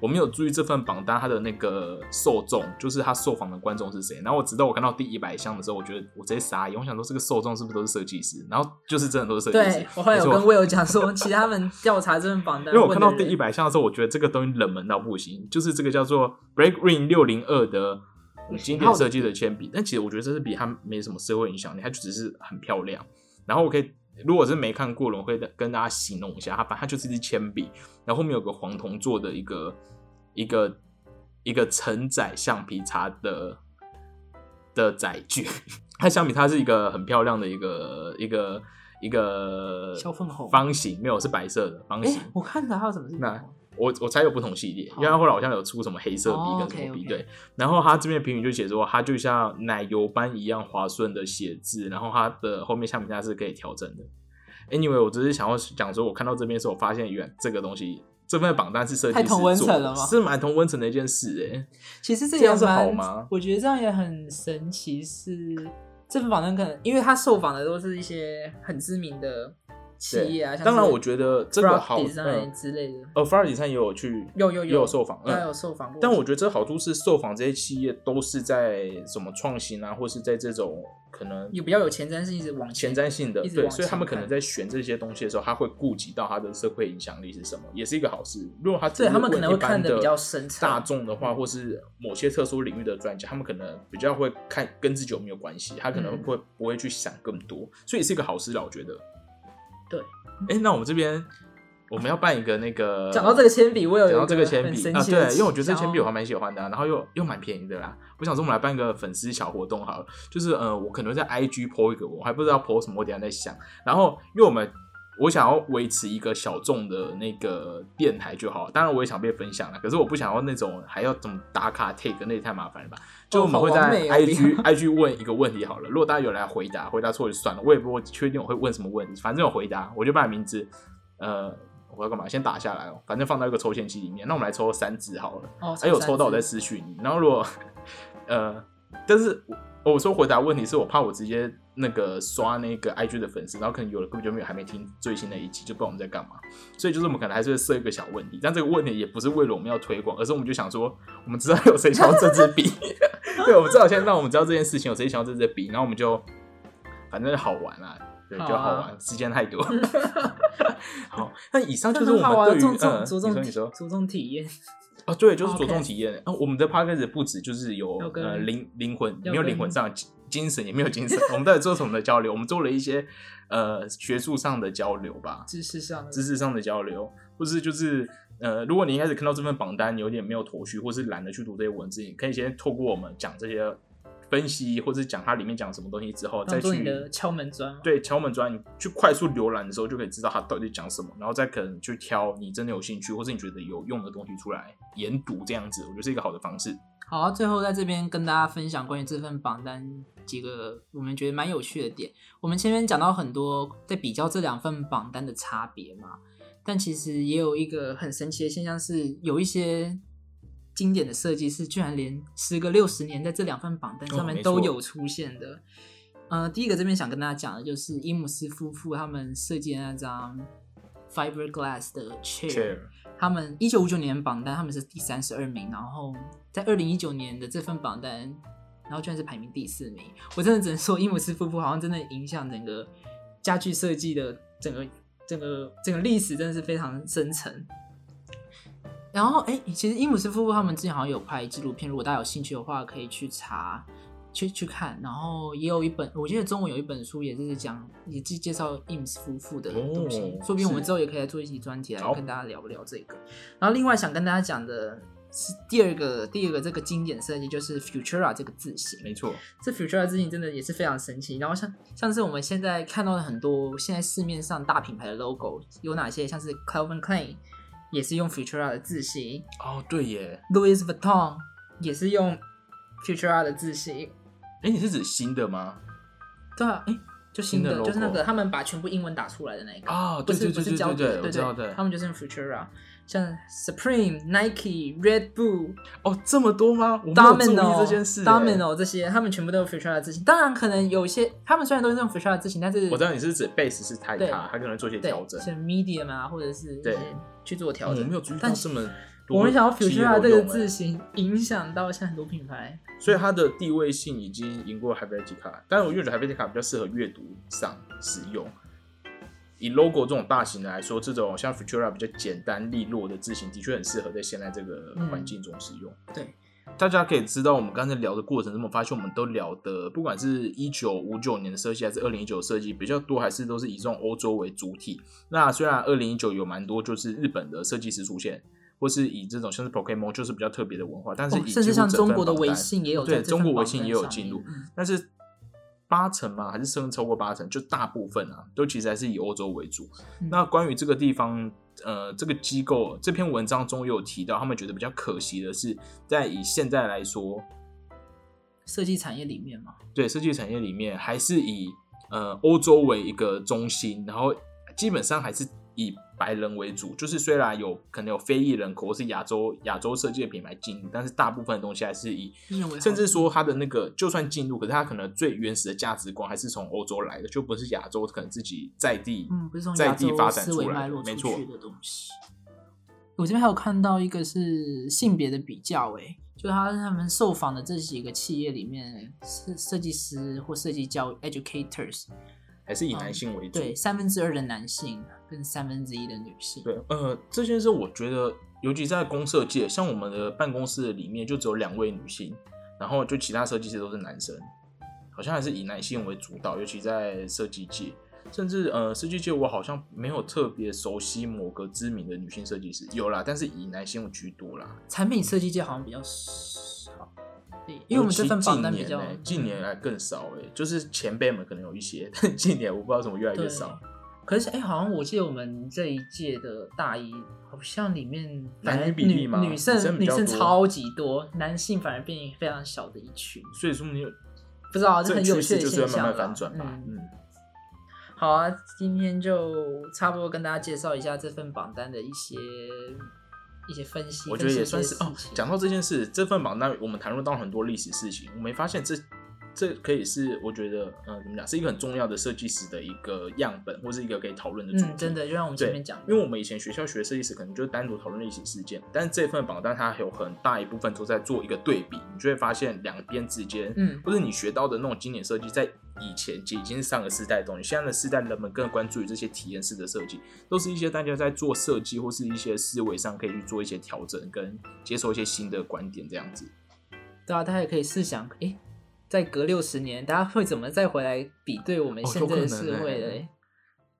[SPEAKER 2] 我没有注意这份榜单它的那个受众，就是他受访的观众是谁。然后我直到我看到第一百项的时候，我觉得我直接傻眼，我想说这个受众是不是都是设计师？然后就是真的都是设计师
[SPEAKER 1] 对。我后来有
[SPEAKER 2] 没错
[SPEAKER 1] 跟 Will 讲说，其实他们调查这份榜单，
[SPEAKER 2] 因为我看到第
[SPEAKER 1] 问的
[SPEAKER 2] 一
[SPEAKER 1] 人
[SPEAKER 2] 百项的时候，我觉得这个东西冷门到不行，就是这个叫做 Break Ring 六零二的呃经典设计的铅笔。但其实我觉得这支笔它没什么社会影响力，它就只是很漂亮。然后我可以，如果是没看过的，我会跟大家形容一下，它反正它就是一支铅笔，然后后面有个黄铜做的一个一个一个承载橡皮擦的的载具。 它橡皮擦是一个很漂亮的一个一个一个
[SPEAKER 1] 小粉红
[SPEAKER 2] 方形，没有是白色的方形。
[SPEAKER 1] 哎，我看到还有什么是
[SPEAKER 2] 那我我猜有不同系列，
[SPEAKER 1] 好
[SPEAKER 2] 因为它后来好像有出什么黑色
[SPEAKER 1] 哦
[SPEAKER 2] 笔跟什么
[SPEAKER 1] OK，OK
[SPEAKER 2] 笔，对。然后他这边评语就写说，它就像奶油般一样滑顺的写字，然后它的后面橡皮擦是可以调整的。Anyway，我只是想要讲说，我看到这边的时候，我发现原来这个东西这份榜单是设计
[SPEAKER 1] 太
[SPEAKER 2] 师
[SPEAKER 1] 同温
[SPEAKER 2] 做的
[SPEAKER 1] 层了吗
[SPEAKER 2] 是蛮同温层的一件事哎、
[SPEAKER 1] 其实这
[SPEAKER 2] 这
[SPEAKER 1] 也
[SPEAKER 2] 样是
[SPEAKER 1] 蛮
[SPEAKER 2] 好吗
[SPEAKER 1] 我觉得这样也很神奇是，这份访谈可能因为他受访的都是一些很知名的企
[SPEAKER 2] 对，
[SPEAKER 1] 业啊，像
[SPEAKER 2] 当然
[SPEAKER 1] 是
[SPEAKER 2] 我觉得这个
[SPEAKER 1] Frog
[SPEAKER 2] 好，
[SPEAKER 1] Design
[SPEAKER 2] 嗯，
[SPEAKER 1] 之类的，
[SPEAKER 2] 呃，法尔迪山也有去，
[SPEAKER 1] 有有
[SPEAKER 2] 也
[SPEAKER 1] 有
[SPEAKER 2] 有受访，
[SPEAKER 1] 大家
[SPEAKER 2] 嗯
[SPEAKER 1] 有。受访过。
[SPEAKER 2] 但我觉得这好处是，受访这些企业都是在什么创新啊，或是在这种可能
[SPEAKER 1] 有比较有前瞻性，一直往前
[SPEAKER 2] 前瞻性的，
[SPEAKER 1] 一直
[SPEAKER 2] 对，
[SPEAKER 1] 往
[SPEAKER 2] 所以他
[SPEAKER 1] 前
[SPEAKER 2] 们可
[SPEAKER 1] 看
[SPEAKER 2] 能在选这些东西的时候，他会顾及到他的社会影响力是什么，也是一个好事。如果他只
[SPEAKER 1] 对
[SPEAKER 2] 是
[SPEAKER 1] 他们可
[SPEAKER 2] 问
[SPEAKER 1] 能
[SPEAKER 2] 一
[SPEAKER 1] 会看
[SPEAKER 2] 般
[SPEAKER 1] 得
[SPEAKER 2] 的
[SPEAKER 1] 比较深层嗯
[SPEAKER 2] 大众的话，或是某些特殊领域的专家，他们可能比较会看跟自己有没有关系，他可能
[SPEAKER 1] 嗯
[SPEAKER 2] 会不会去想更多，所以是一个好事啦，我觉得。
[SPEAKER 1] 对，
[SPEAKER 2] 哎，那我们这边我们要办一个那个，
[SPEAKER 1] 讲到这个铅笔，我有
[SPEAKER 2] 讲到
[SPEAKER 1] 一
[SPEAKER 2] 这个铅
[SPEAKER 1] 很
[SPEAKER 2] 笔
[SPEAKER 1] 神
[SPEAKER 2] 啊，
[SPEAKER 1] 奇的
[SPEAKER 2] 对，因为我觉得这
[SPEAKER 1] 想
[SPEAKER 2] 铅笔我
[SPEAKER 1] 要
[SPEAKER 2] 还蛮喜欢的啊、然后又又蛮便宜的啦。我想说我们来办个粉丝小活动好了，就是呃，我可能会在 IG PO 一个，我还不知道 PO 什么，我等一下再想。然后因为我们我想要维持一个小众的那个电台就好，当然我也想被分享了，可是我不想要那种还要怎么打卡 take，那也太麻烦了吧？就我们会
[SPEAKER 1] 好完
[SPEAKER 2] 在
[SPEAKER 1] 美哦
[SPEAKER 2] IG、IG 问一个问题好了，如果大家有来回答，回答错就算了，我也不确定我会问什么问题，反正有回答我就把名字，呃，我要干嘛？先打下来哦，反正放到一个抽签机里面。那我们来抽三只好了，
[SPEAKER 1] 哦，
[SPEAKER 2] 还有抽到我
[SPEAKER 1] 的
[SPEAKER 2] 再私讯你。然后如果呃，但是我我说回答问题是我怕我直接那个刷那个 IG 的粉丝，然后可能有人根本就没有还没听最新的一期，就不知道我们在干嘛。所以就是我们可能还是会设一个小问题，但这个问题也不是为了我们要推广，而是我们就想说，我们知道有谁想要这支笔， 对，我们至少先让我们知道这件事情有谁想要这支笔，然后我们就反正好玩啦、对，就
[SPEAKER 1] 好啊
[SPEAKER 2] 好玩，时 间太多。好，那以上就是
[SPEAKER 1] 很好啊
[SPEAKER 2] 我
[SPEAKER 1] 玩，
[SPEAKER 2] 们对
[SPEAKER 1] 着
[SPEAKER 2] 于
[SPEAKER 1] 重着
[SPEAKER 2] 嗯，你说
[SPEAKER 1] 重
[SPEAKER 2] 你说
[SPEAKER 1] 着重体验，
[SPEAKER 2] 啊，对，就是着
[SPEAKER 1] Podcast
[SPEAKER 2] 重体验。啊，我们的 podcast 不止就是有
[SPEAKER 1] 哦有跟
[SPEAKER 2] 呃灵灵魂，
[SPEAKER 1] 有
[SPEAKER 2] 没有
[SPEAKER 1] 跟
[SPEAKER 2] 灵魂上的精精神也没有 精神。我们到底做什么的交流？我们做了一些呃学术上的交流吧，
[SPEAKER 1] 知识上的
[SPEAKER 2] 知识上的交流，或是就是呃，如果你一开始看到这份榜单有点没有头绪，或是懒得去读这些文字，你可以先透过我们讲这些分析，或是讲它里面讲什么东西之后，再
[SPEAKER 1] 当做你
[SPEAKER 2] 去
[SPEAKER 1] 的敲门砖嘛。
[SPEAKER 2] 对敲门砖，你去快速浏览的时候就可以知道它到底讲什么，然后再可能去挑你真的有兴趣或是你觉得有用的东西出来研读，这样子我觉得是一个好的方式。
[SPEAKER 1] 好啊，最后在这边跟大家分享关于这份榜单几个我们觉得蛮有趣的点。我们前面讲到很多在比较这两份榜单的差别嘛，但其实也有一个很神奇的现象是，有一些经典的设计是居然连时隔六十年在这两份榜单上
[SPEAKER 2] 哦
[SPEAKER 1] 面
[SPEAKER 2] 没错
[SPEAKER 1] 都有出现的。呃，第一个这边想跟大家讲的就是伊姆斯夫妇他们设计的那张 fiberglass 的
[SPEAKER 2] Chair，
[SPEAKER 1] 他们一九五九年榜单他们是第三十二名，然后在二零一九年的这份榜单，然后居然是排名第四名。我真的只能说，伊姆斯夫妇好像真的影响整个家具设计的整个整个整个历史，真的是非常深沉。然后，哎、其实伊姆斯夫妇他们之前好像有拍纪录片，如果大家有兴趣的话，可以去查。去去看，然后也有一本，我记得中文有一本书也是讲，也介介绍 IMS 夫妇的东西，
[SPEAKER 2] 哦
[SPEAKER 1] 说不定我们
[SPEAKER 2] 是
[SPEAKER 1] 之后也可以来做一期专题来
[SPEAKER 2] 好
[SPEAKER 1] 跟大家聊聊这个。然后另外想跟大家讲的是第二个第二个这个经典设计就是 Futura 这个字形，
[SPEAKER 2] 没错，
[SPEAKER 1] 这 Futura 字形真的也是非常神奇。然后像像是我们现在看到的很多现在市面上大品牌的 logo 有哪些，像是 Calvin Klein 也是用 Futura 的字形
[SPEAKER 2] 哦对耶，
[SPEAKER 1] ，Louis Vuitton 也是用 Futura 的字形，
[SPEAKER 2] 哎，你是指新的吗？
[SPEAKER 1] 对啊，哎，就新的
[SPEAKER 2] 新的 logo
[SPEAKER 1] 就是那个他们把全部英文打出来的那一个。
[SPEAKER 2] 啊，
[SPEAKER 1] 不
[SPEAKER 2] 对
[SPEAKER 1] 是
[SPEAKER 2] 对
[SPEAKER 1] 不
[SPEAKER 2] 对
[SPEAKER 1] 是
[SPEAKER 2] 对
[SPEAKER 1] 胶
[SPEAKER 2] 对
[SPEAKER 1] 卷，
[SPEAKER 2] 对，我知道
[SPEAKER 1] 对
[SPEAKER 2] 对
[SPEAKER 1] 他。们就是 Futura，像 Supreme、Nike、Red Bull、
[SPEAKER 2] 哦，这么多吗？我没有注意
[SPEAKER 1] Domino
[SPEAKER 2] 这件事哎耶。
[SPEAKER 1] Domino 这哦些，他们全部都有 Futura 的字型。当然，可能有一些他们虽然都是用 Futura 的字型，但是
[SPEAKER 2] 我知道你是指 base 是太
[SPEAKER 1] 对
[SPEAKER 2] 卡，它可能做一些
[SPEAKER 1] 对
[SPEAKER 2] 调整。
[SPEAKER 1] 像 medium 啊，或者是一些
[SPEAKER 2] 对
[SPEAKER 1] 去做调
[SPEAKER 2] 哦我
[SPEAKER 1] 整。
[SPEAKER 2] 没有注意到
[SPEAKER 1] 但
[SPEAKER 2] 这么多。
[SPEAKER 1] 我们想要 Futura 这个字
[SPEAKER 2] 字。
[SPEAKER 1] 型影响到现在很多品牌，
[SPEAKER 2] 所以它的地位性已经赢过 h y b e r t i c a 但是我觉得 h y b e r t i c a 比较适合阅读上使用。以 logo 这种大型的来说，这种像 Futura 比较简单利落的字型，的确很适合在现在这个环境中使用。
[SPEAKER 1] 对，
[SPEAKER 2] 大家可以知道，我们刚才聊的过程中，我们发现我们都聊的，不管是一九五九年的设计还是二零一九设计比较多，还是都是以这种欧洲为主体。那虽然二零一九有蛮多就是日本的设计师出现，或是以这种像是 Pokemon 就是比较特别的文化，但是
[SPEAKER 1] 哦
[SPEAKER 2] 以、
[SPEAKER 1] 甚至像中国的微，信也有在这
[SPEAKER 2] 对
[SPEAKER 1] 份
[SPEAKER 2] 中国微
[SPEAKER 1] 榜
[SPEAKER 2] 信
[SPEAKER 1] 单
[SPEAKER 2] 也有
[SPEAKER 1] 上
[SPEAKER 2] 进
[SPEAKER 1] 面
[SPEAKER 2] 入
[SPEAKER 1] 嗯
[SPEAKER 2] 但是八成嘛，还是甚至超过八成，就大部分啊，都其实还是以欧洲为主。
[SPEAKER 1] 嗯
[SPEAKER 2] 那关于这个地方，呃，这个机构这篇文章中也有提到，他们觉得比较可惜的是，在以现在来说，
[SPEAKER 1] 设计产业里面嘛，
[SPEAKER 2] 对设计产业里面，还是以呃欧洲为一个中心，然后基本上还是以白人为主。就是虽然有可能有非裔人口或是亚洲亚洲设计的品牌进入，但是大部分的东西还是以
[SPEAKER 1] 认为
[SPEAKER 2] 甚至说他的那个就算进入，可是他可能最原始的价值观还是从欧洲来的，就不是亚洲可能自己在地。
[SPEAKER 1] 嗯，不是从
[SPEAKER 2] 在
[SPEAKER 1] 亚
[SPEAKER 2] 地
[SPEAKER 1] 洲
[SPEAKER 2] 发展
[SPEAKER 1] 思
[SPEAKER 2] 出
[SPEAKER 1] 维
[SPEAKER 2] 来
[SPEAKER 1] 脉
[SPEAKER 2] 的
[SPEAKER 1] 络
[SPEAKER 2] 没
[SPEAKER 1] 出
[SPEAKER 2] 错
[SPEAKER 1] 去的东西。我这边还有看到一个是性别的比较、欸，就他他们受访的这几个企业里面，设设计师或设计教 educators，
[SPEAKER 2] 还是以男性为
[SPEAKER 1] 嗯
[SPEAKER 2] 主。
[SPEAKER 1] 对三分之二的男性跟三分之一的女性，
[SPEAKER 2] 对，呃，这件事我觉得，尤其在公社界，像我们的办公室里面就只有两位女性，然后就其他设计师都是男生，好像还是以男性为主导，尤其在设计界，甚至呃，设计界我好像没有特别熟悉某个知名的女性设计师，有啦，但是以男性居多啦。
[SPEAKER 1] 产品设计界好像比较少，对，因为我们这份榜单比较嗯
[SPEAKER 2] 欸尤其近年欸近年来更少哎、就是前辈们可能有一些，但近年我不知道怎么越来越
[SPEAKER 1] 对
[SPEAKER 2] 少。
[SPEAKER 1] 可是哎、好像我记得我们这一届的大一，好像里面
[SPEAKER 2] 男
[SPEAKER 1] 反而
[SPEAKER 2] 女比例吗
[SPEAKER 1] 女女
[SPEAKER 2] 女生
[SPEAKER 1] 生
[SPEAKER 2] 比
[SPEAKER 1] 女
[SPEAKER 2] 较
[SPEAKER 1] 生
[SPEAKER 2] 多
[SPEAKER 1] 超级多，男性反而变非常小的一群，
[SPEAKER 2] 所以说你有
[SPEAKER 1] 不知道
[SPEAKER 2] 这
[SPEAKER 1] 这
[SPEAKER 2] 个
[SPEAKER 1] 很有
[SPEAKER 2] 趋
[SPEAKER 1] 趣
[SPEAKER 2] 势
[SPEAKER 1] 的
[SPEAKER 2] 就
[SPEAKER 1] 现
[SPEAKER 2] 是
[SPEAKER 1] 象
[SPEAKER 2] 会慢慢
[SPEAKER 1] 啦
[SPEAKER 2] 反转吧。
[SPEAKER 1] 嗯，
[SPEAKER 2] 嗯，
[SPEAKER 1] 好啊，今天就差不多跟大家介绍一下这份榜单的一些一些分析，
[SPEAKER 2] 我觉得也
[SPEAKER 1] 跟一些
[SPEAKER 2] 算是
[SPEAKER 1] 事
[SPEAKER 2] 哦。
[SPEAKER 1] 情
[SPEAKER 2] 讲到这件事，这份榜单我们谈论到很多历史事情，我们发现这这可以是我觉得，嗯、怎么讲，是一个很重要的设计师的一个样本，或是一个可以讨论的主题。
[SPEAKER 1] 嗯，真的，就像我们前
[SPEAKER 2] 对
[SPEAKER 1] 面讲的，
[SPEAKER 2] 因为我们以前学校学设计史，可能就单独讨论历史事件，但是这份榜单它有很大一部分都在做一个对比，你就会发现两边之间，
[SPEAKER 1] 嗯
[SPEAKER 2] 或者你学到的那种经典设计，在以前已经是上个世代的东西，现在的世代人们更关注于这些体验式的设计，都是一些大家在做设计或是一些思维上可以去做一些调整，跟接受一些新的观点这样子。
[SPEAKER 1] 对啊，大家也可以试想，诶，在隔六十年，大家会怎么再回来比对我们
[SPEAKER 2] 哦
[SPEAKER 1] 现
[SPEAKER 2] 有
[SPEAKER 1] 在
[SPEAKER 2] 可
[SPEAKER 1] 的
[SPEAKER 2] 能
[SPEAKER 1] 社
[SPEAKER 2] 欸
[SPEAKER 1] 会嘞？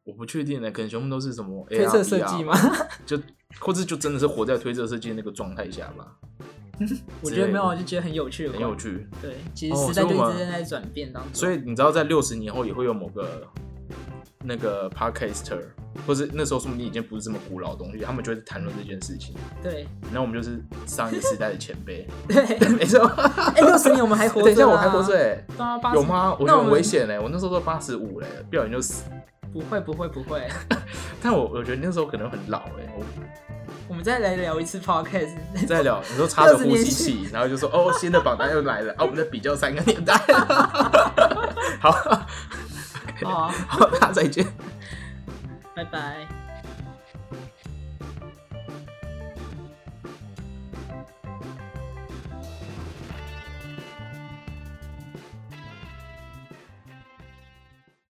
[SPEAKER 2] 我不确定呢，可能全部都是什么哎啊
[SPEAKER 1] 推测
[SPEAKER 2] AR
[SPEAKER 1] 设计
[SPEAKER 2] VR
[SPEAKER 1] 吗？
[SPEAKER 2] 就或者就真的是活在推测设计的那个状态下吧，
[SPEAKER 1] 我
[SPEAKER 2] 之
[SPEAKER 1] 觉得
[SPEAKER 2] 类
[SPEAKER 1] 没有，啊我
[SPEAKER 2] 的
[SPEAKER 1] 就觉得很有趣的
[SPEAKER 2] 很
[SPEAKER 1] 观
[SPEAKER 2] 有趣。
[SPEAKER 1] 对，其实
[SPEAKER 2] 哦
[SPEAKER 1] 时代
[SPEAKER 2] 所
[SPEAKER 1] 就
[SPEAKER 2] 以我
[SPEAKER 1] 一直
[SPEAKER 2] 们
[SPEAKER 1] 在转变当中。
[SPEAKER 2] 所以你知道，在六十年后也会有某个那个 podcaster，或是那时候说不定已经不是这么古老的东西，他们就会谈论这件事情。
[SPEAKER 1] 对
[SPEAKER 2] 那我们就是上一个时代的前辈，
[SPEAKER 1] 对，
[SPEAKER 2] 没错。
[SPEAKER 1] 哎，六十年我们还活着，
[SPEAKER 2] 等一下，我还活着，哎、
[SPEAKER 1] 对啊，八十
[SPEAKER 2] 有？吗？我
[SPEAKER 1] 那我
[SPEAKER 2] 觉得
[SPEAKER 1] 们
[SPEAKER 2] 很危险欸嘞、我那时候都八十五嘞，欸不小心就死。
[SPEAKER 1] 不会不会不会，
[SPEAKER 2] 但我我觉得那时候可能很老哎、我
[SPEAKER 1] 我们再来聊一次 podcast。
[SPEAKER 2] 再聊，你说插着
[SPEAKER 1] 60
[SPEAKER 2] 呼吸
[SPEAKER 1] 年
[SPEAKER 2] 器，然后就说哦，新的榜单又来了，啊，我们在比较三个年代。 好，
[SPEAKER 1] 好啊，啊
[SPEAKER 2] 好，大家再见。
[SPEAKER 1] 拜拜。